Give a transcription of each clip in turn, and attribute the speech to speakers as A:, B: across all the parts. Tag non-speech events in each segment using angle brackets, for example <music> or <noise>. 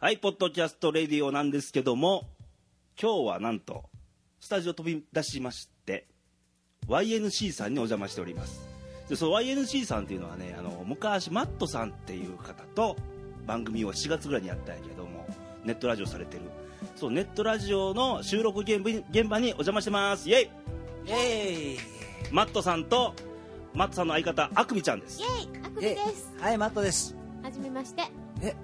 A: はい、ポッドキャストレディオなんですけども、今日はなんと、スタジオ飛び出しまして、YNC さんにお邪魔しております。で、その YNC さんっていうのはね、あの、昔、マットさんっていう方と番組を4月ぐらいにやったんやけども、ネットラジオされてる。そう、ネットラジオの収録現場に現場にお邪魔してます。イェイ
B: イエーイ
A: マットさんと、マットさんの相方、あくびちゃんです
C: イ。ェイあくびです
B: はいマットです
C: はじめまして
B: え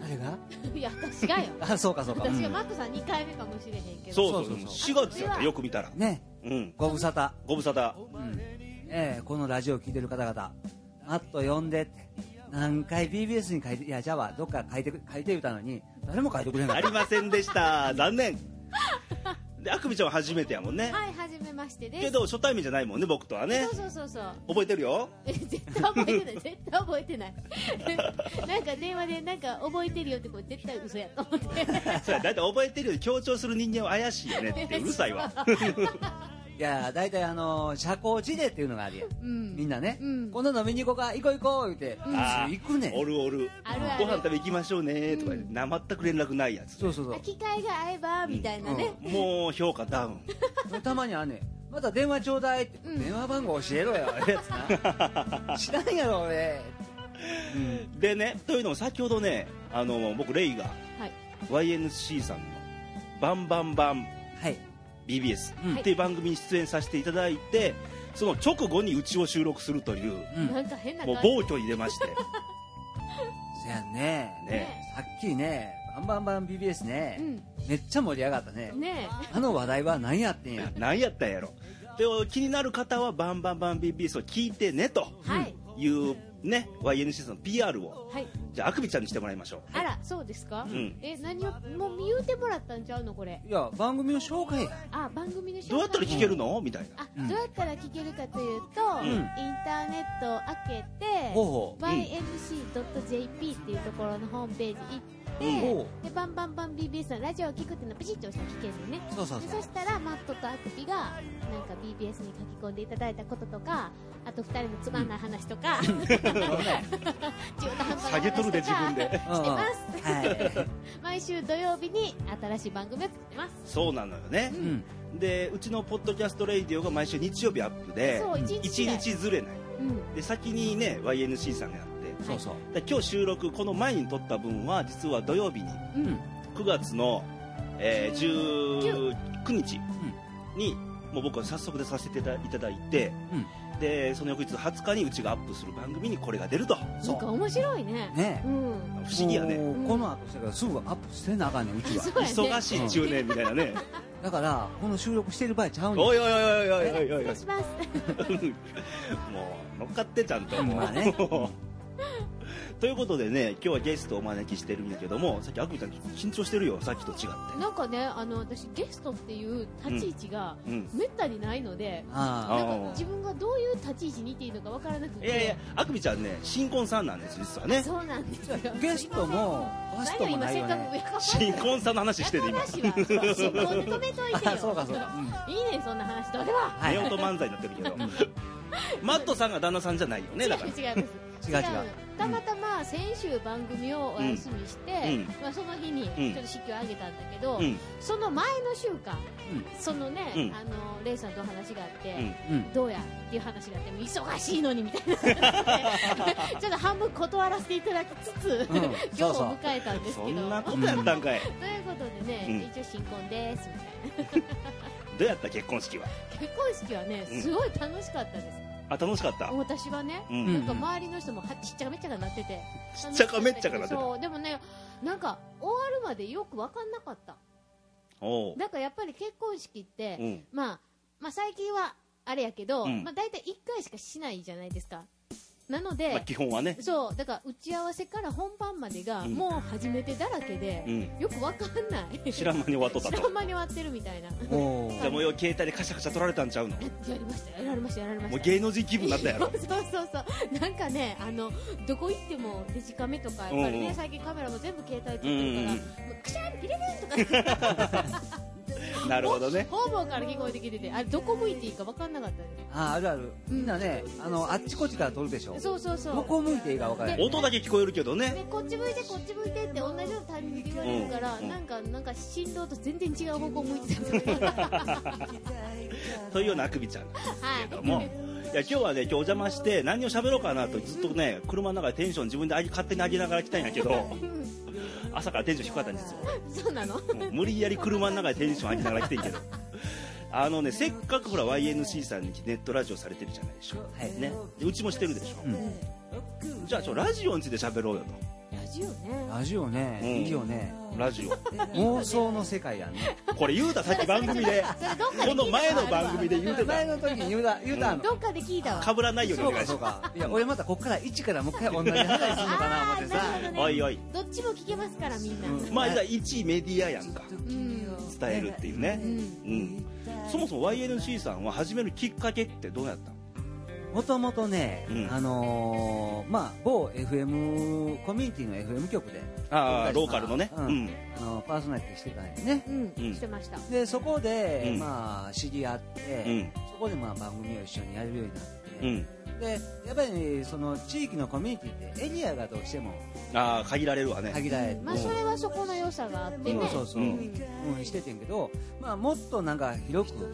B: 誰が
C: いや私がよ
B: あそうかそうか
C: 私がマットさん2回目かもしれへんけど
A: そうそうそう
B: そうそう
A: 4月やった、よく見たら。
B: ね
A: うん。
B: ご無沙汰、
A: ご無沙汰。
B: うんええこのラジオを聞いてる方々マット呼んでって何回 BBS に書いていやじゃあはどっか書いてく書いて言うたのに誰も書いてくれな
A: あ
B: か
A: り
B: っ
A: ませんでした。残念。で、あくびちゃんは初めてやもんね。
C: はいはじめましてです
A: けど、初対面じゃないもんね、僕とはね
C: そう。そうそうそう
A: 覚えてるよ。
C: え絶対覚
A: <laughs>
C: えてない絶対覚えてない <laughs> なんか電話でなんか覚えてるよってこれ絶対嘘やと思って
A: そうや、だいたい覚えてるより強調する人間は怪しいよねって、
C: <laughs>
A: うるさいわ。
B: たいや大体あの社交辞令っていうのがあるやん
C: うん
B: みんなね、
C: うん
B: 今度飲みに行こうか行こう行こう言って、
A: あー
B: 行くねん
A: おるおる
C: あるあ。
A: ご
C: る
A: 飯食べ行きましょうね、とか言って、な全く連絡ないやつ。
B: そうそうそ
C: あ機会が合えばみたいなね、
A: うんもう評価ダウン。
B: うたまにはねんまた電話ちょうだいって、
C: うん
B: 電話番号教えろよってやつな知らんやろ俺、うん
A: でね、というのも先ほどね、あの、僕、レイが
C: はい
A: YNC さんのバンバンバン
B: はい。
A: BBS
B: うん
A: っていう番組に出演させていただいて、その直後にうちを収録するという、
B: うん。
C: なんか変な
A: もう
C: 感じ
A: 暴挙に出まして、
B: そやね。
A: ね、
B: さっきね、バンバンバン BBS ね、めっちゃ盛り上がったね
C: う。んね
B: あの話題は何やってんや。
A: 何やったんやろ。で、気になる方は、バンバンバン BBS を聞いてね、と
C: えはい、
A: いうね、YNC さんの PR を、
C: はい
A: じゃあ、あくびちゃんにしてもらいましょ
C: あらそうですか、
A: ん
C: え何をもう言うてもらったんちゃうのこれ
B: いや、番組の紹介や。
C: あ番組の紹
A: う。
C: 介
A: どうやったら聞けるのみたいな。
C: あ、
B: うん
C: どうやったら聞けるかというと、
A: ん
C: インターネットを開けて、
B: ほうほ
C: ymc.jp っていうところのホームページ行って、
A: うん
B: ほ
C: でバンバンバン BBS のラジオを聞くっていうのをピチッと押したら聞けるのね
B: そうそう
C: で
B: そ。
C: そうしたらマットとアクピがなんか BBS に書き込んでいただいたこととかあと二人のつまんない話とか、中途半端な話とか
A: 下げとるで、自分で。
B: うん
C: してま
B: はい。
C: 毎週土曜日に新しい番組を作ってます
A: そうなのよね
B: う。ん。
A: で、うちのポッドキャストレイディオが毎週日曜日アップで、
C: そう一
A: 1
C: 日ぐらい
A: 日ずれない。
C: うん
A: で、先にね、YNC さんがやって、
B: そうそう。
A: で今日収録、この前に撮った分は、実は土曜日に、
B: うん。
A: 9月の、えー19日に、もう僕は早速でさせていただいて、でその翌日20日にうちがアップする番組にこれが出ると
B: うん。
C: なんか
B: そ
C: 面白いね
B: う。ね
C: う。ん
A: 不思議やね
B: もうこの後してからすぐアップしてなあかんねん、うちは
C: そ。うやね
A: 忙しい中年みたいなね
B: だから、この収録してる場合ちゃうねん。
A: おいおいおいおいおいおいおい
C: 失礼します
A: もう乗っかってちゃんともう
B: まあね
A: ということでね今日はゲストをお招きしてるんだけどもさっきあくびちゃん緊張してるよさっきと違って
C: なんかねあの私ゲストっていう立ち位置が
A: うん
C: めったにないので、
B: あ
C: なん
A: あー
C: か自分がどういう立ち位置にいていいのかわからなくて
A: いやいやあくびちゃんね新婚さんなんです実はね
C: そうなんですよ
B: あ。ゲストも、ファーストもないよね。
C: 何を今せ
A: 新
C: っ
A: 婚さんの話して
C: か
A: て
C: く
A: 今
C: やかましいは新婚で止めといてよ
A: <laughs>
B: あ、そうかそうか。うん。
C: いいねそんな話どれは
B: はい。
A: 夫婦漫才になってるけどマットさんが旦那さんじゃないよね
C: 違う
A: だから
C: 違います
B: 違う違う
C: たまたま先週番組をお休みして、
A: うん
C: まあ、その日に
A: ん
C: ちょっと式を挙げたんだけど、
A: うん
C: その前の週か、
B: うん
C: そのね、
A: うん
C: あのレイさんとお話があって、
A: うん
B: うん。
C: どうやっていう話があっても忙しいのにみた
A: <laughs>
C: いなちょっと半分断らせていただきつつ、
B: うん
C: 今日
B: そう
C: を
B: そう
C: 迎えたんですけ
A: そ
C: ど
A: んな
C: と
A: ことやったんかい
C: いうことでね、
A: うん
C: 一応新婚ですみたい
A: どうやった結婚式は
C: な結婚式はね
A: うん
C: すごい楽しかったです、
A: あ楽しかった
C: 私はね、
A: うん
C: なんか周りの人もはちっちゃかめっちゃかなってて
A: ちっちゃかめっちゃかなってた
C: そうでもねなんか終わるまでよく分かんなかった
A: おう
C: だからやっぱり結婚式って、
A: うん
C: まあ、まあ最近はあれやけど、
A: うん
C: まあ、大体1回しかしないじゃないですかなので、
A: まあ基本はね
C: そうだから打ち合わせから本番までが
A: うん
C: もう初めてだらけで、
A: うん
C: よくわかんない
A: 知らん間に終わっとった
C: 知 <laughs>
A: と
C: らん間に終わってるみたいな
B: お
A: じゃあ
B: ー。
A: もうよ携帯でカシャカシャ取られたんちゃうのも
C: やりましたやられましたやられました
A: う芸能人気分になったやろ
C: <laughs> そうそうそうなんかねあのどこ行ってもデジカメとかやっぱりね、
A: うんうん
C: 最近カメラも全部携帯撮ってるから、
A: うんうん
C: もうクシャンピレレンとか
A: なるほどね
C: 方々から聞こえてきててあれどこ向いていいか分かんなかったね
B: ああるある
C: うん
B: みんなねあのあっちこっちから撮るでしょ
C: そうそうそう
B: どこ向いていいか分からない
A: 音だけ聞こえるけどね
C: でこっち向いてこっち向いてって同じようなタイミングで言われるから、
A: うんうん
C: なんかなんか振動と全然違う方向向いて
A: <laughs>
C: た
A: というようなあくびちゃんなんですけども、
C: はいい、
A: や今日はね今日お邪魔して何を喋ろうかなとずっとね車の中でテンション自分で上げ勝手に上げながら来たんやけど
C: うん
A: 朝からテンション低かったんですよ
C: そうなの
A: もう無理やり車の中でテンション上げながら来てんけどあのねせっかくほら YNC さんにネットラジオされてるじゃないでしょ
B: はい
A: ねでうちもしてるでしょ、じゃあちょラジオについて喋ろうよ
C: ラジオね
B: ラジオ
A: うん
B: ねいいよね
A: とラジ
B: 妄想の世界やね
A: オこれ言うたさっき番組で
B: <laughs>
C: それどっかで聞い
A: この前
C: た
A: の番組で言うてた
B: 前の時に言うた言うたの
C: どっかで聞いたわ
A: 被らないように
B: そ
A: お
B: う
A: 願
B: か
A: いし
B: そう
A: ま
B: かいや俺またこっから一からもう一回同じ話するのかな思ってさ
C: あーな
A: す
C: るほ
A: おいおい
C: どっちも聞けますからみんな
B: うん
A: まあじゃあ1メディアやんか
C: うん
A: 伝えるっていうね
C: う、ん
A: うん、そもそも YNC さんは始めるきっかけってどうやったの
B: もともとね、
A: うん
B: あのーまあ某 FM コミュニティの FM 局で、
A: ああロ
B: ロ
A: ー
B: ー
A: カ
B: カ
A: ル
B: ル
A: の
B: の
A: ね
B: ね
A: うん、
B: うんあのパーソナリティしてたんやね
C: うん、
A: うん
C: してました
B: でそこで、
A: うん
B: まあ知り合って、
A: うん
B: そこでまあ番組を一緒にやれるようになって、
A: うん
B: でやっぱり、その地域のコミュニティってエリアがどうしても
A: ああ限られるわね、
B: 限られて、
C: まあそれはそこの良さがあってね
B: そうそうそう、
A: う
B: うんんしててんけど、まあ、もっとなんか広く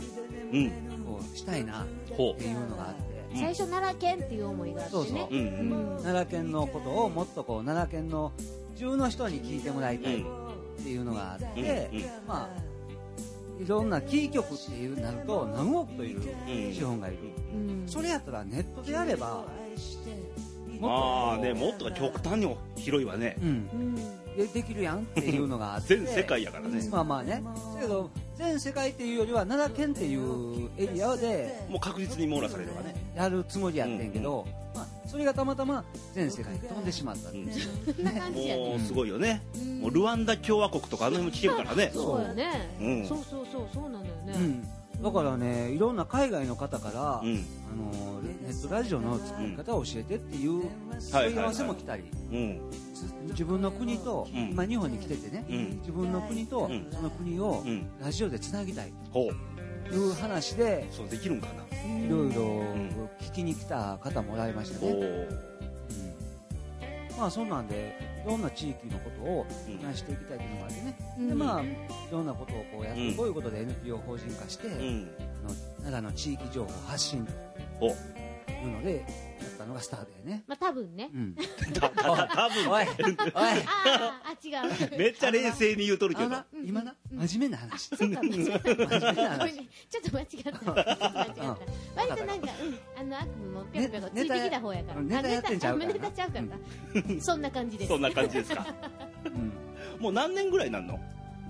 A: うん
B: こうしたいなっ
A: ほ
B: ていうのがあって、
A: うん
C: 最初奈良県っていう思いがあってね
B: そうそ
A: う
B: う
A: うんうん
B: 奈良県のことをもっとこう奈良県の中の人に聞いてもらいたいっていうのがあって、
A: うんうん
B: まあいろんなキー局っていうなると何億という
A: うん
B: 資本がいる、
C: うん
B: それやったらネットでやれば
A: まあ
B: と
A: ねもっとが極端に広いわね
B: うん
C: うん
B: でできるやんっていうのがあって
A: <laughs> 全世界やからね
B: まあまあねだけど全世界っていうよりは奈良県っていうエリアで
A: もう確実に網羅されるわね、
B: やるつもりやってんけど、まあ、それがたまたま全世界に飛んでしまったっていう
C: そんな感じや
A: も
C: ね
A: うすごいよね、
C: うん
A: もうルワンダ共和国とかあの辺も聞けるからね
C: そうやね
A: うん
C: そうそうそうそうなのよね
B: うん、だからねいろんな海外の方から、
A: うん
B: あのネットラジオの作り方を教えてっていう問い合わせも来たり、
A: うん
B: 自分の国と、
A: うん
B: 今日本に来ててね、
A: うん
B: 自分の国と、
A: うん
B: その国を、
A: うん
B: ラジオでつなぎたい
A: ほう
B: という話で
A: そうできるんかない
B: ろいろ
A: ん
B: 聞きに来た方もおられました
A: お
B: ね、
A: お
B: うんまあそんなんでいろんな地域のことを話していきたいというのがあってね、
C: うん
B: でまあいろんなことをこうやって、こういうことで NPO 法人化して、
A: うん
B: あの奈良の地域情報発信と
A: お
B: いうのでやったのがスタートやね。
C: まあ多
B: <laughs>
C: 分ね
B: うん、
A: たたた多分 <laughs>
B: おい、おい、
C: あーあ違う
A: めっちゃ冷静に言うとるけ
B: あの
A: ど
B: な、今な、真面目な話。
C: そうか間違えた
B: 真面目な
C: ごめん
B: 話。
C: ねちょっと間違った間違った割となんかうんあの悪夢もぴょんぴょんついてきた方やから
B: ネタネタやってんちゃうから
C: あ
B: な
C: ネタちゃうからなそんな感じです
A: そんな感じですか
B: うん
A: もう何年ぐらいなんの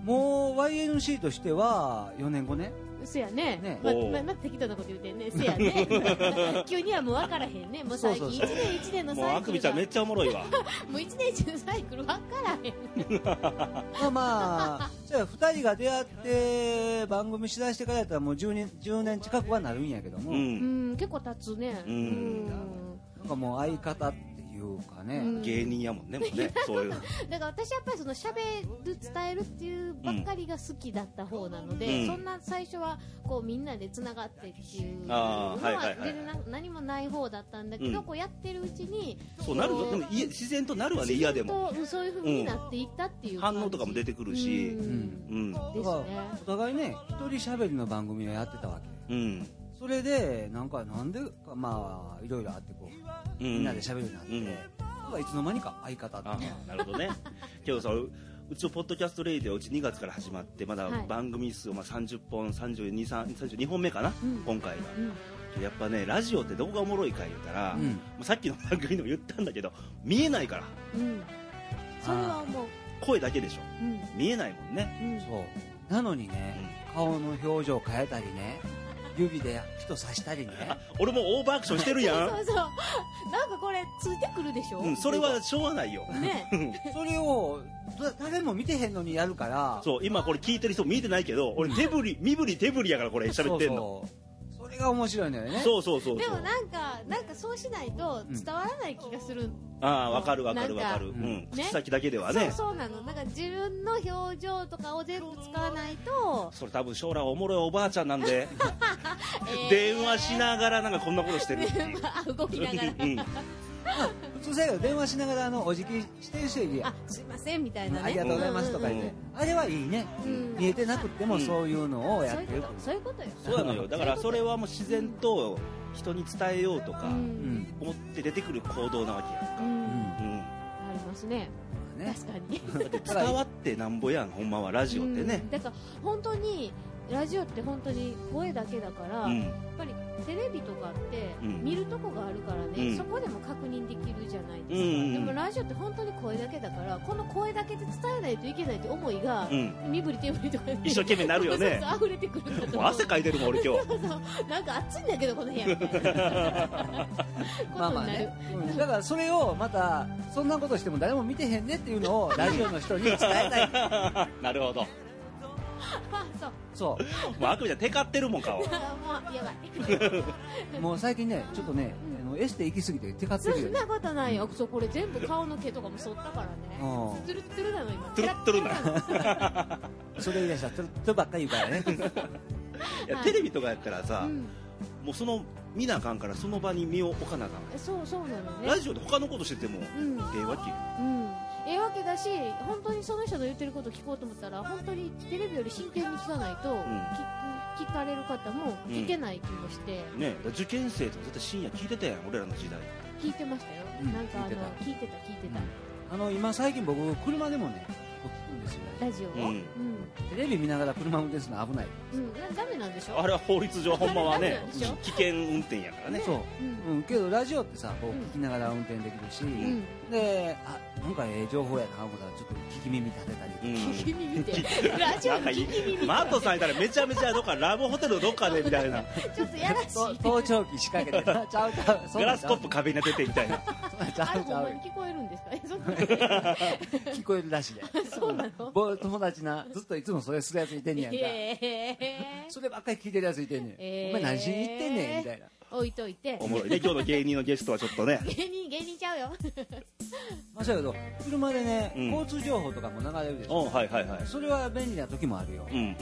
B: もう YNC としては4年5年
C: そやね
B: ね
C: ま
A: おう
C: まま適当なこと言うてんねせやね急にはもう分からへんねもう最近
B: そう
C: 一
B: そうそ
C: 年一年の
A: もうあ
C: サイ
A: く
C: ク
A: び
C: ル
A: ちゃ
C: が
A: んめっちゃおもろいわ
C: もう一年一年のサイクル分からへん
B: まあまあじゃあ2人が出会って番組しだしてからやったらもう10年 ,10 年近くはなるんやけども、
A: う
C: うんん結構経つね
A: う
C: うんん
B: なんかもう相方っていうかね、
C: うん
A: 芸人やもんねもうねそういう
C: だから私やっぱりその喋る伝えるっていうばっかりが好きだった方なので、
A: うん
C: そんな最初はこうみんなでつながってっていうの
A: あ
C: は
A: ーはいはいはい
C: 全然な何もない方だったんだけど、
A: うん
C: こうやってるうちに
A: そうなる
C: こ
A: とでもい自然となるわね嫌でも
C: 自然とうんそういう風になっていったっていう感じ、
A: 反応とかも出てくるし
C: うん
B: うん
A: うん
C: です
B: だから
C: ね
B: お互いね一人喋りの番組をやってたわけ
A: うん
B: それでなんかなんでかまあいろいろあってこ
A: う
B: うみん
A: ん
B: なで喋るようになって、
A: うん
B: なんかいつの間にか相方って
A: ああなるほどねけどさううちのポッドキャストレイディはうち2月から始まってまだ
C: はい
A: 番組数、まあ、30本32三32本目かな、
C: うん
A: 今回が
C: うん
A: やっぱねラジオってどこがおもろいか言ったら、
B: うん
A: もうさっきの番組でも言ったんだけど見えないから
C: うんそれは思う
A: 声だけでしょ
C: うん
A: 見えないもんね、
C: うん
B: そうなのに
A: う
B: ね
A: ん
B: 顔の表情変えたりね指で人刺した
A: <laughs>
B: りね
A: あ俺もオーバーアクションしてるやん
C: <laughs> そうそうなんかこれついてくるでしょ、
A: うん、それはしょうがないよ
C: ね
B: それをだ誰も見てへんのにやるから
A: そう今これ聞いてる人見えてないけど俺手振り身振り手振りやからこれ喋ってんの
B: そうそうそれが面白いのよね
A: そうそうそうそう
C: でもなんかなんかそうしないと伝わらない気がする
A: ああわかるわかる
C: なん
A: わ
C: か
A: かるう
B: うんね
A: 口先だけではね
C: そうそうなのなんか自分の表情とかを全部使わない
A: <laughs>
C: と
A: それ多分将来おもろいおばあちゃんなんで
C: <laughs> えー
A: 電話しながらなんかこんなことしてるっていう
C: <laughs> あ動きなが
A: <laughs>
C: ら
A: うん
B: 普通そうやけど電話しながらあのお辞儀してる人いるやん
C: あすいませんみたいなね
B: ありがとうございますとか言って、あれはいいね、
C: うん
B: 見えてなくってもそういうのをやってる、
C: そういうことそういうこと
A: そうなのよだからそれはもう自然と人に伝えようとか
C: よ、
B: う
C: うん
B: ん
A: 思って出てくる行動なわけや
C: うん、
B: うんん
A: ん、
C: ありますね
B: ね
C: 確か
B: <laughs>
C: に
A: うん、だって伝わってなんぼやんほんまはラジオってね
C: うんだから本当にラジオって本当に声だけだから、
A: うん
C: やっぱりテレビとかって
A: うん
C: 見るとこがあるからね、
A: うん
C: そこでも確認できるじゃないですか、
A: うん
C: でもラジオって本当に声だけだからこの声だけで伝えないといけないって思いが
A: う、ん
C: 身振り手振りとかで
A: 一生懸命なるよ
C: <laughs>
A: ね
C: そうそう溢れてくるん
A: も
C: だと
A: う
C: 思う
A: 汗かいてるもん俺今日 <laughs>
C: そうそうなんか暑いんだけどこの部屋みたいな
B: まあ
C: こ
B: ま
C: と
B: あ
C: になる
B: ね、うんだからそれをまたそんなことしても誰も見てへんねっていうのをラジオの人に伝えたい
A: なるほども
C: あそう
B: そう
A: あくびちゃんテカってるもん顔
C: うもうやばいう
B: もう最近ねちょっとねあのエステ行き過ぎてテカって
C: そ
B: るよ
C: ん
B: ね
C: なことないよ、そうこれ全部顔の毛とかも剃ったからね
B: うん
C: ツルッツルなの今
A: トゥルットゥル
C: <laughs>
A: な
B: それ言い出したらトゥルッとばっかり言うから
C: <laughs>
B: ね
A: いやテレビとかやったらさ、
C: うん
A: もうその見なあかんからその場に身を置かなあかん、
C: えそうそうなのね
A: ラジオで他のことしてても、
C: うん
A: ええわけよ
C: うんええわけだし本当にその人の言ってること聞こうと思ったら本当にテレビより真剣に聞かないと、き聞かれる方も聞けない気もして、
A: ね、だから受験生とか絶対深夜聞いてたやん俺らの時代
C: 聞いてましたよ、
B: うん
C: なんかあの聞いてた聞いてた、
B: あの今最近僕車でもね聞くんですよね
C: ラジオを、
A: うん
B: テレビ見ながら車運転するの危ない
C: うん、なダメなんでしょ
A: あれは法律
C: <laughs>
A: 上ほんまはね
C: あれなんでしょ
A: 危険運転やからね
B: そう
C: うん
B: うん、けどラジオってさこう聞きながら運転できるし、
C: うん
B: であなんかええ情報やな思ったらちょっと聞き耳立てたり、
A: うん
C: 聞き耳で
A: <laughs>
C: ラジオ
A: なん
C: の
A: か
C: 聞
A: いい
C: き耳
A: マットさんいたらめちゃめちゃどっかラブホテルのどっかで <laughs> みたいな
C: ちょっとやらしい
B: と盗聴器仕掛
C: <laughs>
B: けてちゃうちゃう
A: ガラスコップ
B: か
A: 壁に当ててみたいな
B: ち
C: あ
B: ゃ
C: れ
B: うち
C: ほ
B: ゃう
C: んまに聞こえるんですかえ
B: <laughs>
C: <laughs> そんな
B: 聞こえるらしいで
C: そうなの
B: ぼ友達なずっといつもそれするやついてんねやんか、
C: ええ
B: そればっかり聞いてるやついてんねん、
C: えー
B: お前何しに行ってんねんみたいな
C: 置いといて
A: おもろいね今日の芸人のゲストはちょっとね
C: 芸人芸人ちゃう
B: <laughs>
C: よ
B: まあそうやけど車でね、
A: うん
B: 交通情報とかも流れるでしょ
A: おんはいはいはい
B: それは便利な時もあるよ、
A: うん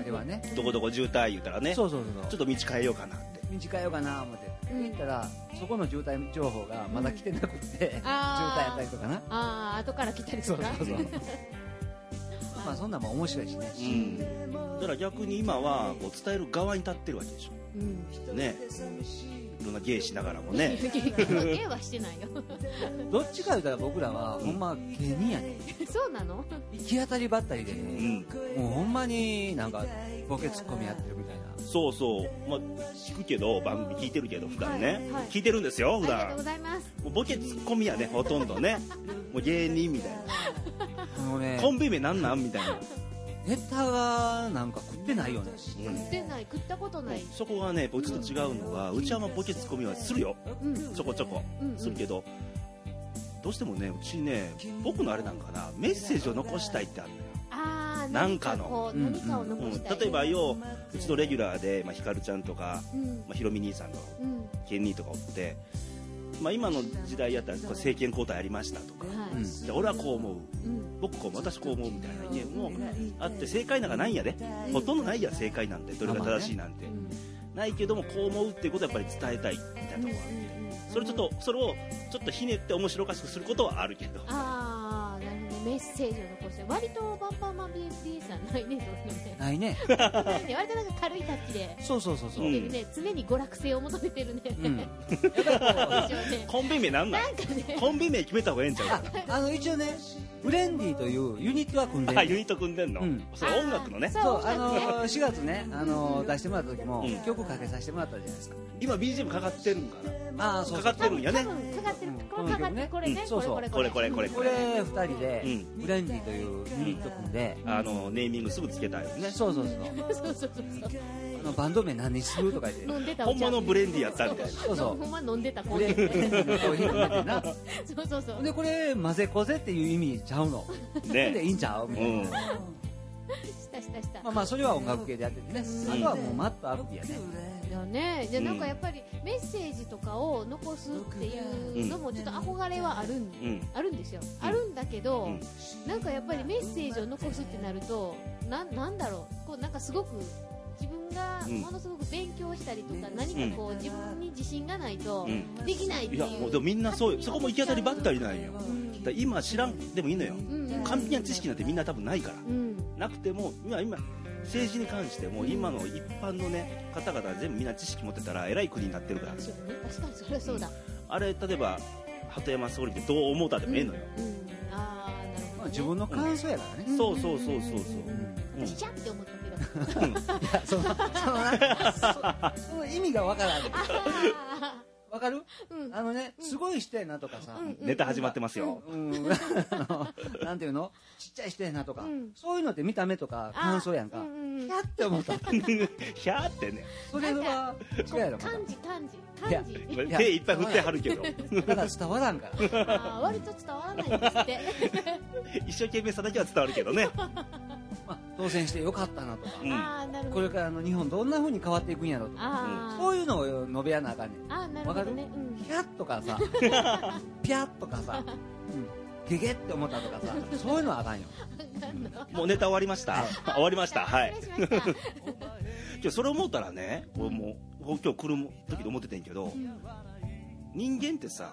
B: あれはね
A: どこどこ渋滞言うたらねちょ
B: そうそうそうそう
A: っと道変えようかなって
B: 短いようかな思って
C: うん
B: 行ったらそこの渋滞情報がまだ来てなくて、渋滞や
C: あ
B: っ
C: ー
B: たりとかな
C: ああ後から来たり
B: そ
C: と
B: う
C: か
B: そうそうまあそんなんも面白いしね
A: うんだから逆に今はこう伝える側に立ってるわけでし
C: うん
A: ょねいろんな芸しながらもね
C: 芸はしてないよ
B: どっちか言うたら僕らはほんま芸人やね
C: <laughs> そうなの
B: 行き当たりばったりで
A: う
B: ね
A: ん
B: もうほんまになんかボケツッコミやってるみたいな
A: そうそう、まあ、聞くけど番組聞いてるけど普段ね、
C: はいはい
A: 聞いてるんですよ
C: あ
A: 普
C: りがとう
A: 段
C: ございます
A: もうボケツッコミやねほとんどねもう芸人みたい
B: もうね
A: なコンビ名なんなんみたいな、
B: ネタがなんか食ってないよね
A: うん
C: 食ってない食ったことない
A: そこがねやっぱうちと違うのがうちはまあボケツッコミはするよ
C: うん
A: ちょこちょこ
C: うんうん
A: するけど、どうしてもねうちね僕のあれなんかなメッセージを残したいってあるのよ
C: ああ
A: なんかの
C: 何かを
A: う
C: 残
A: ん
C: したい
A: 例えばようちのレギュラーで、まあ、ひかるちゃんとか、
C: うん
A: まあ、ひろみ兄さんとか
C: うん
A: ケン兄とかおって、まあ、今の時代やったらこれ政権交代ありましたとか、
C: は
B: う
C: い
B: ん
A: じゃあ俺はこう思う
C: うん
A: 僕こう思う私こう思うみたいな意見もあって正解なんかないんやでほとんどないや正解なんてどれが正しいなんて、
C: うん
A: ないけどもこう思うっていうことをやっぱり伝えたいみたいなところはあるそれちょっとそれをちょっとひねって面白おかしくすることはあるけど
C: ああなるほどメッセージを残して割とバンバンマン BSD さんないねそういうのね
B: な
A: <laughs>
B: いね
C: ないね割となんか軽いタッチで
B: そうそうそうそう、
A: う
B: うんん
C: 言ってるね常に娯楽性を求めてるね、 <laughs>
B: やっ
C: な
B: ぱ
C: ん
B: りこ
C: か
A: <laughs>
C: ね
A: コンビ名なんなんコンビ名決めた方がええんちゃうか
B: うあの一応ねブレンディというユニットは組んで
A: あ
B: る
A: ユニット組んでんの、
B: うん
A: それ音楽のね
C: そう
B: そう、
C: 音
B: あ
C: 楽
B: の
C: ね
B: ー、4月ね、あのー、出してもらった時も
A: うん、
B: 曲かけさせてもらったじゃないですか。
A: 今 BGM かかってるんかな
B: ああ、そう
A: か
B: そ
A: かっ。て
B: う
A: るんやね
C: 多分かかってる
B: うん
C: これかかってるこれね
B: うん
C: こ
B: そう
C: れ
B: そう
C: これ
A: これこれ
B: これ二人で
A: う、
B: ブレンディというユニット組んで、
A: あのネーミングすぐつけたいよね
B: そうそうそう。
C: そうそうそうそう
B: あの、バンド名何にするとか言って、
C: 飲んでたお
A: 本
C: 茶
A: 物のブレンディやったみたいな
B: そうそう
C: ほんま飲んでたコ
B: ブ
C: ー
B: レ
C: ヒ
B: ンブレン
C: ー
B: ディのコーヒー組んでな。
C: そう
B: <laughs>
C: そうそう
B: で、これ、混ぜこぜっていう意味ちゃうの。
A: ね
B: で、いいんちゃうみたい
A: うん
B: な。
C: したしたした
B: まあまあそれは音楽系でやっててね、
C: うん
B: あとはもうマットアップやね、
C: だねじゃあ
A: うん
C: なんかやっぱりメッセージとかを残すっていうのもちょっと憧れはあるん,、
A: うん
C: あるんですよ、
A: うん
C: あるんだけど、
A: うん
C: なんかやっぱりメッセージを残すってなるとななんだろうこうなんかすごく自分が
A: うん
C: ものすごく勉強したりとか、何かこう自分に自信がないと
A: うん
C: できないって
A: い
C: いう、
A: やもうでもみんなそうよそこも行き当たりばったりなんよだか
C: うん
A: ら今知らんでもいいのよ
C: うんうん
A: 完璧な知識なんてみんな多分ないから
C: うん
A: なくても今今政治に関しても今の一般のね方々全部みんな知識持ってたら偉い国になってるから
C: そうね確かにそれはそうだ、
A: あれ例えば鳩山総理ってどう思うたでもええのよ、
C: うんああなるほど、ね
B: まあ、自分の感想やからね、
A: そうそうそうそうそう
C: うん
A: うん
C: 私じゃって思ったけ
A: <laughs>
C: ど
B: いや <laughs> そのそのなんそその意味がわからん
C: あ
B: わかる
C: ーうん
B: あのねすごい人やなとかさ、
C: うん
A: ネタ始まってますよ、
B: うん、 <laughs> あのなんていうのちっちゃい人やなとか、
C: うん
B: そういうのって見た目とか感想やんか、
C: あーうんうん
B: ひゃって思った
A: <laughs> ひゃーってね
B: それは違うやろま
C: 漢字漢字
B: いや
C: 漢字
A: 手
B: や
A: いっぱい振ってはるけど
B: ただから伝わらんから
C: あー割と伝わらないんですって
A: 一生懸命さだけは伝わるけどね
B: まあ当選してよかったなとか、
A: <laughs> うん
C: ああなるほ
B: こ
C: ど
B: れからの日本どんな風に変わっていくんやろとか
C: あ
B: そう
C: いう
B: いうのを述べやなあかんねん
C: あーなるほどねうん
B: ひゃっとかさぴゃっとかさ、うん、ゲゲって思ったとかさそういうのはあかんよ
A: もうネタ終わりました終わりました
C: <laughs>
A: はい
C: 失礼しました
A: じゃそれ思ったらね俺もう今日来る時で思っててんけど、人間ってさ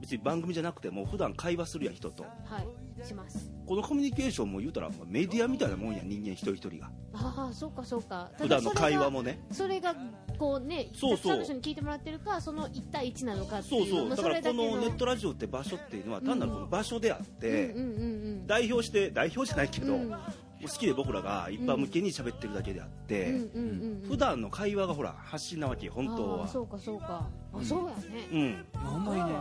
A: 別に番組じゃなくても普段会話するやん人と
C: はいします
A: このコミュニケーションも言うたらまあメディアみたいなもんや人間一人一人が
C: ああそうかそうかた
A: 普
C: だ
A: 段
C: そ
A: の
C: れが
A: 会話もね
C: それがこうね
A: そうそう
C: たくさんの人に聞いてもらってるかその1対1なのかって
A: そう
C: いう
A: そう
C: まあ
A: だから
C: れだ
A: こ
C: け
A: のネットラジオって場所っていうのは単なるこの場所であって、
C: うんうんうん
A: 代表して代表じゃないけど、
C: うん
A: もう好きで僕らが一般向けに喋ってるだけであっ
C: うんう
A: て、
C: んうんうん
A: 普段の会話がほら発信なわけ本当
C: あー
A: は
C: そうかそうか
B: う
C: あ
B: ん
C: そうやね
A: うん
B: いやほんまにね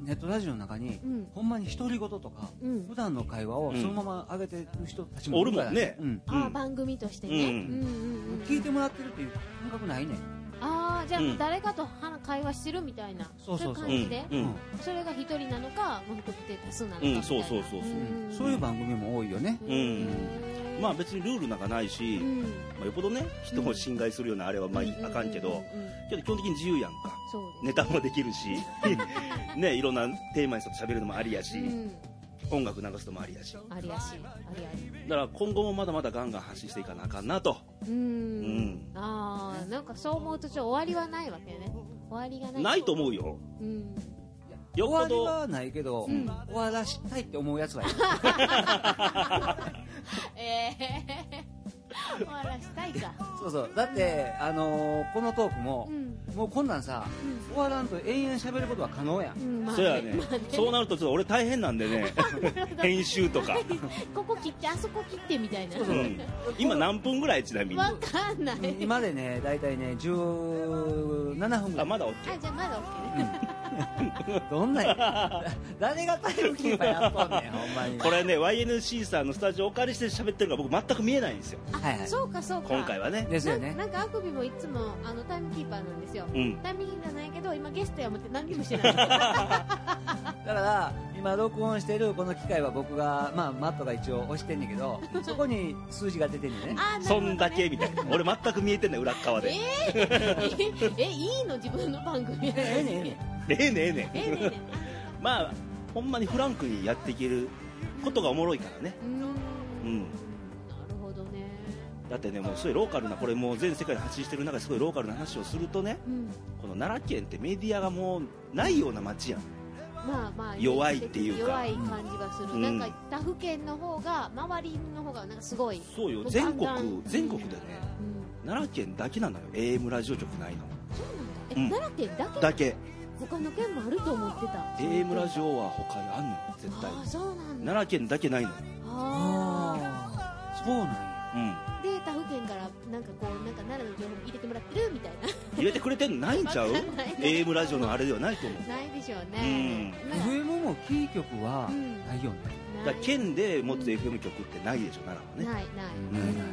B: ネットラジオの中に、
C: うん
B: ほんまに独り言とか、
C: うん
B: 普段の会話をそのまま上げてる人たちも
A: お
B: い
A: る
B: るか
A: も
B: ら
A: んね、
B: うん
C: ああ番組として
A: う
C: ねうんんうんうん
B: 聞いてもらってるっていう感覚ないねん
C: ああじゃあ
A: うん
C: 誰かとは会話してるみたいな
B: そうそうそう
A: う
C: い感じで
A: ん、うん
C: それが一人なのかもう含めて多数なのか
A: うん
C: みたいな
A: そうそうそうそう
B: うんそういう番組も多いよね、
A: うんまあ別にルールなんかないし、まあ、よっぽどね人を侵害するようなあれはまあいあかんけどけど基本的に自由やんかネタもできる
C: <laughs>
A: しねいろんなテーマに沿って喋るのもありやし、
C: うん
A: 音楽流すのもありやし
C: ありやしありあり
A: だから今後もまだまだガンガン発信していかなあかんなと
C: うん、
A: ん
C: ああなんかそう思うとちょっと終わりはないわけね終わりがない
A: ないと
C: う、
A: 思うよ
C: うん、
A: よっぽ
B: 終
A: ど
B: わりはないけど、
C: ん
B: 終わらしたいって思うやつはいる
C: ええー、 <laughs> 終わらしたいか
B: そうそうだって、あのーこのトークも、
C: うん
B: もうこんなんさ、終わらんと延々喋ることは可能や
C: <laughs>
B: ん
C: うんまあ
A: そうやね
C: まあ、
A: そうなるとちょっと俺大変なんでね編集とか、
C: <laughs> ここ切ってあそこ切ってみたいな
B: そう
A: う
B: そ
A: ん、今何分ぐらいちなみに
C: わかんない、
B: 今でね大体ね17分ぐ
A: あ
B: らい
A: まだ OK
C: あじゃあまだ OK ね
B: どんなんや <laughs> 誰がタイムキーパーやっとんねんほんまに
A: これね YNC さんのスタジオお借りして喋ってるから僕全く見えないんですよ
B: はいは
C: そうかそうか
A: 今回はね
B: いですよ
C: な
B: ね
C: なんかあくびもいつもあのタイムキーパーなんですよ、
A: うん
C: タイムキーパーないけど今ゲストやもって何にもしてない
B: だから今録音してるこの機械は僕がまあマットが一応押してんねんけどそこに数字が出てんねんね
C: あーなるほどね
A: そんだけみたいな俺全く見えてんね裏っ側で
C: <laughs> ええいいの自分の
A: <laughs>
C: 番組
B: ええねんええ
A: ええねええ
B: ねん
C: え
A: ね
C: えねえね
A: まあほんまにフランクにやっていけることがおもろいからね
C: うーんな
A: うん
C: るほどね
A: だってねもうすごいローカルなこれもう全世界で発信してる中ですごいローカルな話をするとね
C: うん
A: この奈良県ってメディアがもうないような街やん
C: まあまあ
A: 弱いっていうか
C: 弱い感じがする、
A: うん
C: なんか他府県の方が周りの方がなんかすごい、
A: そうよ
C: もうガ
A: 全
C: ンガン
A: 国全国でね
C: うん、
A: 奈良県だけなのよ AM ラジオ局ないの
C: そうなんだえ、
A: うん
C: 奈良県だけ
A: だけ
C: 他の県もあると思ってた
A: AM ラジオは他にあんのよ絶対
C: ああそうなんだ
A: 奈良県だけないのよ
C: ああ
B: ああそうなんや
A: うん
C: で他府県からなんかこうなんか奈良の情報入れてもらってるみたい
A: 入れてくれてんのないん
C: <laughs>
A: ちゃ <laughs> う
C: わかんない
A: AM ラジオのあれではないと思う
C: なないでしょうね、まあ
B: FM もキー局は
C: うん
B: ないよね
A: だか
C: な
A: ら
C: い
A: 県で持つ FM 局ってないでしょ奈良はね
C: ないない、
B: うん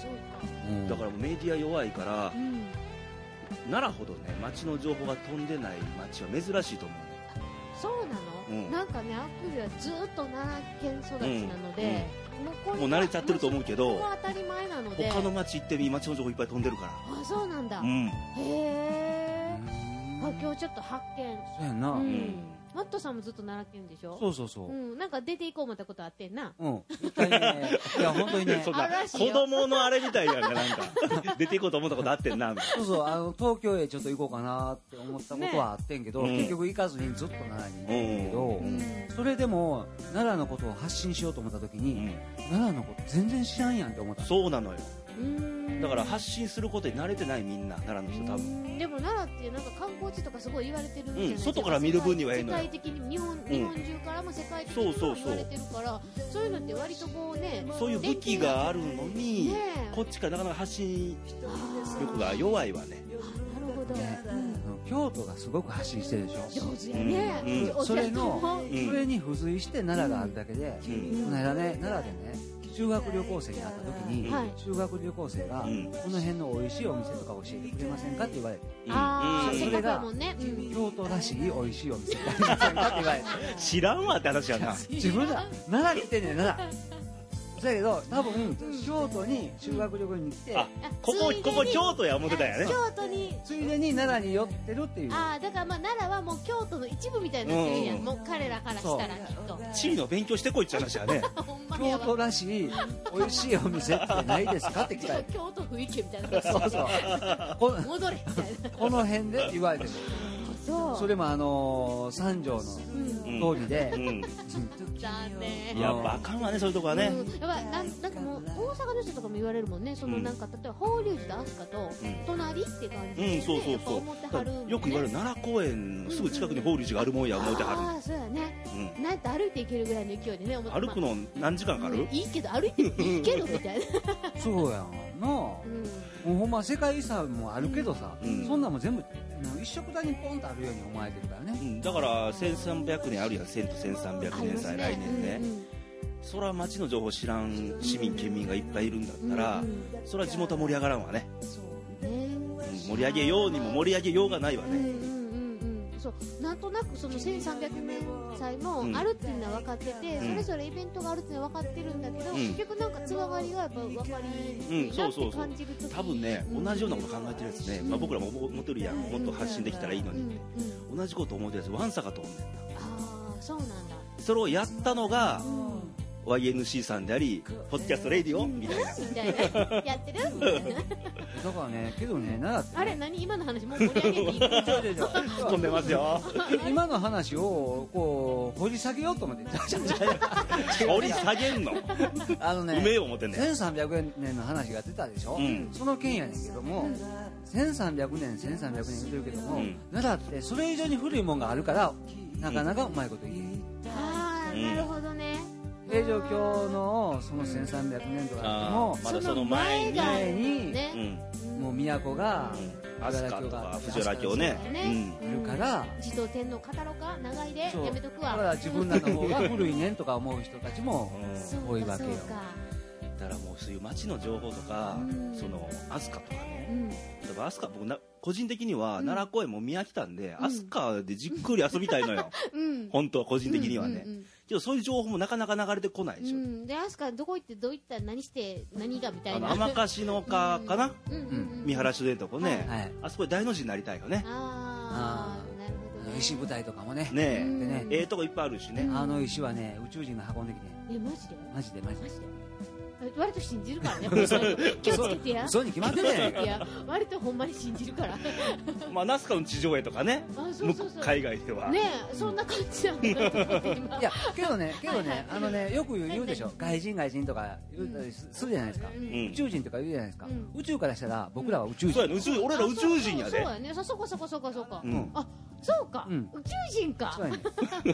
C: そうか
B: うん
A: だからもうメディア弱いから
C: うん
A: 奈良ほどね街の情報が飛んでない街は珍しいと思うね
C: そうなの、
A: うん
C: なんかねアップルはずっと奈良県育ちなので、残り
A: もう慣れちゃってると思うけど
C: そこは当たり前なので
A: 他の町行ってみ町の情報いっぱい飛んでるか
C: あそうなんだ、
A: らうん
C: へえ
B: うん
C: あ今日ちょっと発見
B: そうやんな、
C: う
A: うんん
C: マットさんもずっと習ってるんでしょ
B: そうそうそう
C: う、ん、なんか出ていこう思ったことあってんな
B: うん、一回ね、いや、本当にね、
A: そ
B: <laughs> そうう
A: か
C: あるらしい
A: 子
C: よ
A: 供のあれみたいやんかなんか出ていこうと思ったことあってんなみたい
B: そう、あの、東京へちょっと行こうかなって思ったことはあってんけど、
A: ね
B: 結局行かずにずっと奈良に
A: なう
B: いるけど、
A: ん
C: うん
B: それでも、奈良のことを発信しようと思った時
A: う
B: に、
A: ん
B: 奈良のこと全然知らんやんって思ったの
A: そうなのよ
C: うん
A: だから発信することに慣れてないみんな奈良の人多分
C: でも奈良ってなんか観光地とかすごい言われてるんじゃないです
A: うん外から見る分にはいいのよ
C: 世界的に日本日本中からも世界的にも
A: そうそうそう
C: 言われてるからそういうのって割とこうね
A: そういう武器があるのに
C: ねえ
A: こっちからなかなか発信
C: あ
A: 力が弱いわね
C: ーなるほど、
B: ね
C: うん
B: うん京都がすごく発信してるでしょ。
C: 上手やね、
A: うん
C: 上手
B: それの、
A: うん
B: それに付随して奈良があるだけで、
A: うん
B: この間ね、奈良でね、修学旅行生に会った時に、
A: はい
B: 修学旅行生が、
A: うん
B: この辺の美味しいお店とか教えてくれませんかって言われて、
C: ああ
A: うん
C: せ
B: そ
C: っ
B: れ
C: かく
B: が
C: やもんね、うん
B: 京都らしい美味しいお店ってありませんかって言われて。
A: 知らんわって話や
B: <laughs>
A: な
B: 自分だ奈良来てんねん奈良だけど多分京都に修学旅行に来て
A: あここここ京都や思ってたんやね
C: 京都に
B: ついでに奈良に寄ってるっていう
C: ああだからまあ奈良はもう京都の一部みたいになってるんや、
A: うん
C: ん、もう彼らからしたらきっと
A: 地位の勉強してこいって話やね
C: ほんまや
B: 京
C: わ
B: 都らしい美味しいお店ってないですかって聞かれて
C: 京都府池みたいな
B: そうそうこ
C: 戻れみたいな
B: この辺で言われて
C: そ
B: それもあのー三条の
C: うん
A: うん
B: 通りで
A: う、ん
C: 残念
A: いやっぱあかんわねそういうとこはね
C: うん、やっぱりなんなんかもう大阪の人とかも言われるもんねそのなんか、例えば法隆寺と飛鳥と
A: ん
C: 隣って感じ
A: う
C: で、ね
A: んそうそう
C: やっぱ
A: そう
C: 思ってはるもんね
A: よく言われる奈良公園のすぐ近くに法隆寺があるもんや思っては
C: ああそうやね
A: る、うん、
C: なんて歩いていけるぐらいの勢いでね思って
A: 歩くの何時間か
C: まあ
A: か
C: う
A: る
C: んいいけど歩いていけるみたい
A: <laughs>
C: な、
B: そうやんなあも
C: うん、
B: うほんま世界遺産もあるけどさ、
A: うん
B: そんなんも全部もう一緒くたにポンとあるように思われてるからね
A: うん、だから1300年あるやん1000と
C: あ
A: 1300
C: り
A: 年
C: ます
A: 祭、
C: ね
A: 来年ね、
C: うんうん
A: そら町の情報知らん市民県民がいっぱいいるんだったら、
C: うんうん
A: そら地元は盛り上がらんわね、
C: そうね
A: うん盛り上げようにも盛り上げようがないわ
C: うんうん
A: ね、
C: うんうんそうなんとなくその1300年祭
A: う
C: も
A: ん
C: あるっていうのは分かってて、
A: ん
C: それぞれイベントがあるっていうのは分かってるんだけど、
A: うん
C: 結局なんかつながりがやっぱ分かりにくいなって感じる時
A: 多分ね、
C: うん
A: 同じようなこと考えてるやつね、まあ、僕らも思ってるやんもっと発信できたらいいの
C: うん
A: に
C: う
A: っ
C: ん
A: て、同じこと思ってるやつわんさかと思うんねんな
C: ああそうなんだ、
A: それをやったのが
C: うん
A: YNC さんでありポッドキャストレディオみたいな
C: みたいな <laughs> やってるみたい
B: だ
C: な
B: からねけどね <laughs> 奈良
C: あれ何今の話もう盛り上げていいの
B: って
A: 飛んでますよ
B: 今の話をこう掘り下げようと
A: <laughs>
B: 思って
A: 掘り下げんの
B: あの
A: うめえ
B: ね
A: 思ってんねん
B: 1300年の話が出たでしょ、
A: うん
B: その件やねんけども、1300年1300年言ってるけども、
A: うん
B: 奈良ってそれ以上に古いもんがあるからなかなかうまいこと言えない、
C: ああなるほどね、
B: 平城京のその1300年とかあって
A: あ
B: も
A: ー、まだその前に
C: その前
B: 前に、
A: う
C: ね、
A: ん
B: もう都が
A: うん
B: 藤
A: 飛
B: 原
A: 鳥
B: 京
A: と
B: が
A: か藤原京ね
C: ね
B: あるから、
C: 自動天皇語ろうか長いでや
B: そう
C: めとく
B: だ
C: わ
B: から自分らの方が古いねんとか思う人たちも
A: うんうん
C: そう
B: 多い
C: か
B: わけ
C: そ
B: よ
C: うか
A: だからもうそういう街の情報とか、
C: うん
A: その飛鳥とかね
C: うん
A: 例えば飛鳥僕な個人的には
C: うん
A: 奈良公園も見飽きたんで、
C: うん
A: 飛鳥でじっくり遊びたいのよ
C: うん
A: 本当は個人的にはね、
C: うんうんうん
A: けどそういう情報もなかなか流れてこないでし
C: う
A: ょ、
C: ん、でアスカどこ行ってどういった何して何がみた
A: あ
C: い
A: の
C: な
A: 甘かしの丘かな、
C: うんうんうん
A: 三原市でとこね、
B: はい
A: あそこで大の字になりたいよね
C: ああなるほどね
B: 石舞台とかもね
A: ね
C: うん
B: でね
A: えええとこいっぱいあるしね、
B: あの石はね宇宙人が運んできて
C: えマジで
B: マジでマジ
C: マ
B: で
C: ジでえ割と信じるからねほんまに気をつけてや
B: 嘘に決まってんじゃ
C: <laughs>
B: ない
C: い
B: か
C: や割とほんまに信じるからあ
A: まあナスカの地上絵とかね
C: そうそうそ
A: 向
C: う
A: 海外では、
C: ねえそんな感じなんだと思って今
B: いやけどねけど
C: はいは
B: ね
C: い
B: あのねよく言う
C: はいはい
B: 言うでしょ外人外人とか言うたりすするじゃないですか
C: うん
A: うん
B: 宇宙人とか言うじゃないですか
C: うん
B: 宇宙からしたら僕らは宇宙
A: そうや
B: 人
A: ね宇宙俺ら宇宙人や
C: あ
A: で
C: そうそうそうやねそそこそこそこそこ
A: う
B: うん
A: ん
C: あそうか
B: うん
C: 宇宙人か
B: そうや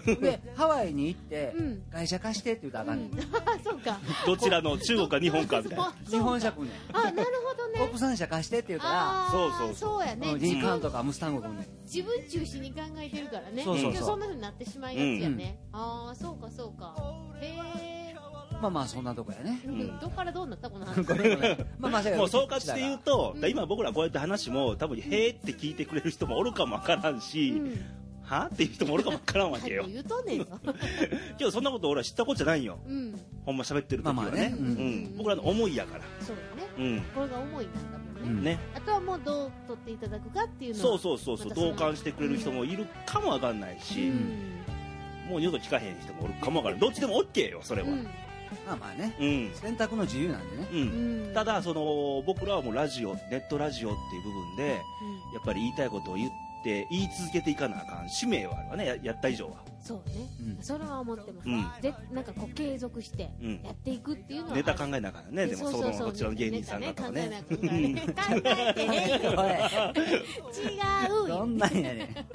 B: ねん
C: <laughs>
B: でハワイに行って
C: うん
B: 外車貸してって言うたらあ
C: う
B: かんねん
C: んあそうか
A: どちらの中国か日本かみたい
C: <laughs>
A: な
B: 日本車来んねん
C: あなるほどね
B: 国産車貸してって言うたら
C: あ
A: そう
C: ー
A: そう
C: そうやね
B: うん
C: 自
B: リンカー
C: 分
B: ンとかムスタンゴ来んねん
C: 自分中心に考えてるからね
B: そう
A: そうそう
C: 結局そんなふうになってしまいがちやね、ああそうかそうかへえ、
B: まあまあそんなとこやね
A: ん
C: どっからどうなったこの話
B: ごめんごめんまあまあせやけ
A: も
B: ど
A: う総括して言うと、
C: う
A: だ
C: ん
A: から今僕らこうやって話も多分「へえ」って聞いてくれる人もおるかもわからんし、
C: うん
A: はっていう人もおるかもわからんわ
C: <laughs>
A: けよ
C: 何を言うとんねんぞ
A: けどそんなこと俺は知ったことじゃないよ
C: うん
A: ほんま喋ってる時はね,、
B: まあまあね
A: う
B: うんん
A: 僕らの思いやから
C: そうだね
A: うん
C: これが思いなんだもんね、
B: うん
A: ね
C: あとはもうどう取っていただくかっていうの
A: そう
C: う
A: そうそうそう
C: またその
A: 同感してくれる人もいるかもわかんないし、
C: ん
A: もう二度と聞かへん人もおるかもわからんどっちでも OK よそれは
C: うん
B: まあまあね
A: うん、
B: 選択の自由なんでね
A: うん
C: うん
A: ただその僕らはもうラジオネットラジオっていう部分で
C: うん
A: やっぱり言いたいことを言って言い続けていかなあかん使命はあるわねややった以上は、
C: そうね、
B: うん
C: それは思ってます、
A: うん
C: でなんかこう継続して
A: うん
C: や、っていくっていうのは
A: ネタ考えなあかんねでもそのどちらの芸人さん
C: だ
A: 方は
C: と
A: ね
C: 考えなあかんからね考え <laughs> てへんよ
B: <laughs> これ
C: 違
B: ど
C: うよ、
B: んなんやね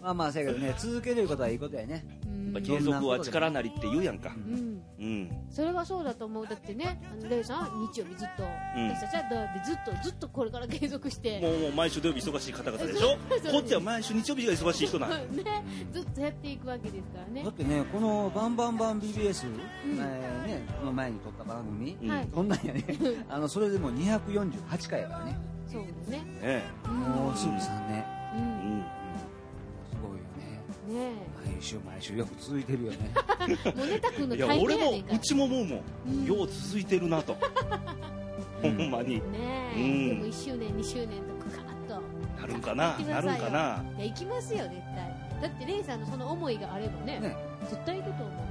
B: んまあまあせやけどね続けることはいいことやね
C: うん
A: やっぱ継続は力なりって言うやんか
B: う
C: うん
A: うん
C: それはそうだと思うだってねあのレイさんは日曜日ずっと、
A: うん
C: 私たちは土曜日ずっとずっとこれから継続して
A: もうもう毎週土曜日忙しい方々でしょ
C: そうそう
A: こっちは毎週日曜日が忙しい人なん
C: <laughs> ねずっとやっていくわけですからね
B: だってねこの「バンバンバン BBS、
C: ん
B: えーねこの前に撮った番組、
A: うん
C: はい
B: そんなんやねあのそれでもう248回やからね
C: そうですね
A: ね
C: うん
B: もうすぐ3年
C: う
A: うんん
B: すごいよね
C: ね
B: 毎週毎週よく続いてる
A: <laughs>
B: よね
C: えもうネタくんの
A: いや
C: 大
A: 俺
C: 変や
A: も
C: ねんか
A: う
C: ら
A: ちも思うも
C: うん
A: んよう続いてるなとほんまに
C: ねえ、
A: うん
C: でも1周年2周年とかカーッと
A: なるんかななるんかない
C: や行きますよ絶対だってレイさんのその思いがあればね
B: ね
C: 絶対行くと思う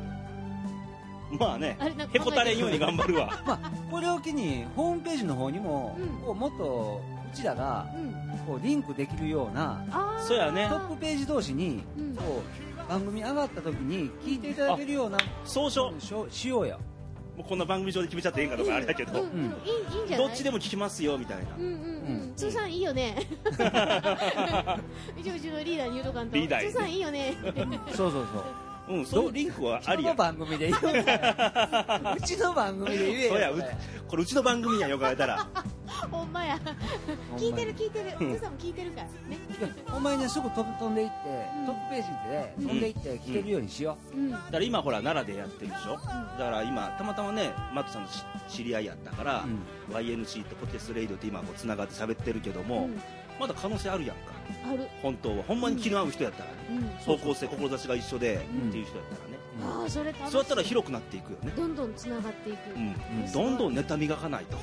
A: まあね
C: あれなんか
A: へこたれんように頑張るわ
B: まあこれを機にホームページの方にも、
C: うん
B: こうもっとうちらが
C: 張うん
B: こうリンクできるような
C: ああ
A: そうやね
B: トップページ同士に
C: うん
B: こう番組上がった時に聞いていただけるような
A: 総称
B: しょしようよ
A: もうこんな番組上で決めちゃっていいんかとかあれだけど、
C: うんうん、いいいいんじゃない
A: どっちでも聞きますよみたいな、
C: うんうんう、
B: うん
C: 通さんいい
A: <laughs>
C: よね。一応うちのリーダーに言うとかんと。
A: リーダーやね
C: 通さんいいよ <laughs> ね。
B: そうそうそう
A: うん、そういうリンクはあ
B: うち
A: り
B: の
A: や
B: 番組で言うんだようちの番組で言えよ
A: そうやう
B: こ
A: これうちの番組やよくあえたら
C: ほんまや。
B: れ
C: 聞いてる聞いてる。通さんも聞いてるからね。
B: いやほんまにねすぐ飛ぶ飛んでいって、
C: うん
B: トップページで飛んでいって聞けるようにしよ
C: うん。
A: だから今ほら奈良でやってるでしょだから今たまたまねマットさんの知知り合いやったから
B: う、、
A: YNC とポケストレイドって今こうつながって喋ってるけども、
C: うん
A: まだ可能性あるやんか
C: ある。
A: 本当はほんまに気の合う人やったらね、
C: うん。
A: 方向性志が一緒で、
B: うん
A: っていう人やったらね
B: うん
C: ああ、それ楽しい。
A: そうやったら広くなっていくよね、
C: どんどんつながっていく。
A: うん
B: うん
A: どんどんネタ磨かないと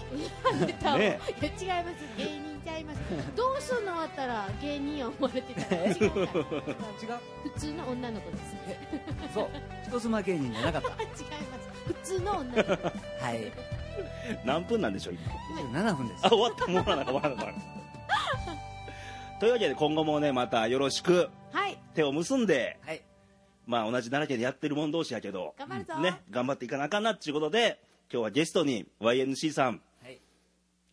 C: <laughs> ネタを
A: ね
C: いや違います。芸人ちゃいます。どうすんの終わったら芸人や思われてたら違
A: <laughs>
C: うか
B: 違う
C: ら。普通の女の子です。 <laughs>
B: そう人妻芸人じゃなかっ
C: 違います。普通の女の子。
A: <laughs>
B: たはい
A: 何分なんでしょう今
B: 27分で
A: <laughs>
B: す
A: あ、終わった。もう終わらなか終わらなか。というわけで今後もね、またよろしく
C: はい。
A: 手を結んで、
B: はい
A: まあ同じ奈良県でやってる者同士やけど、
C: 頑張るぞ。
A: ね、頑張っていかなあかんなっていうことで、今日はゲストに YNC さん
B: はい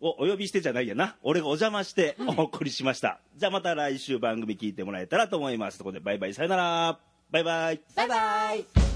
A: をお呼びしてじゃないやな。俺がお邪魔してお送りしました。じゃあまた来週番組聞いてもらえたらと思います。ということで、バイバイ、さよなら。バイバイ。
C: バイバイ。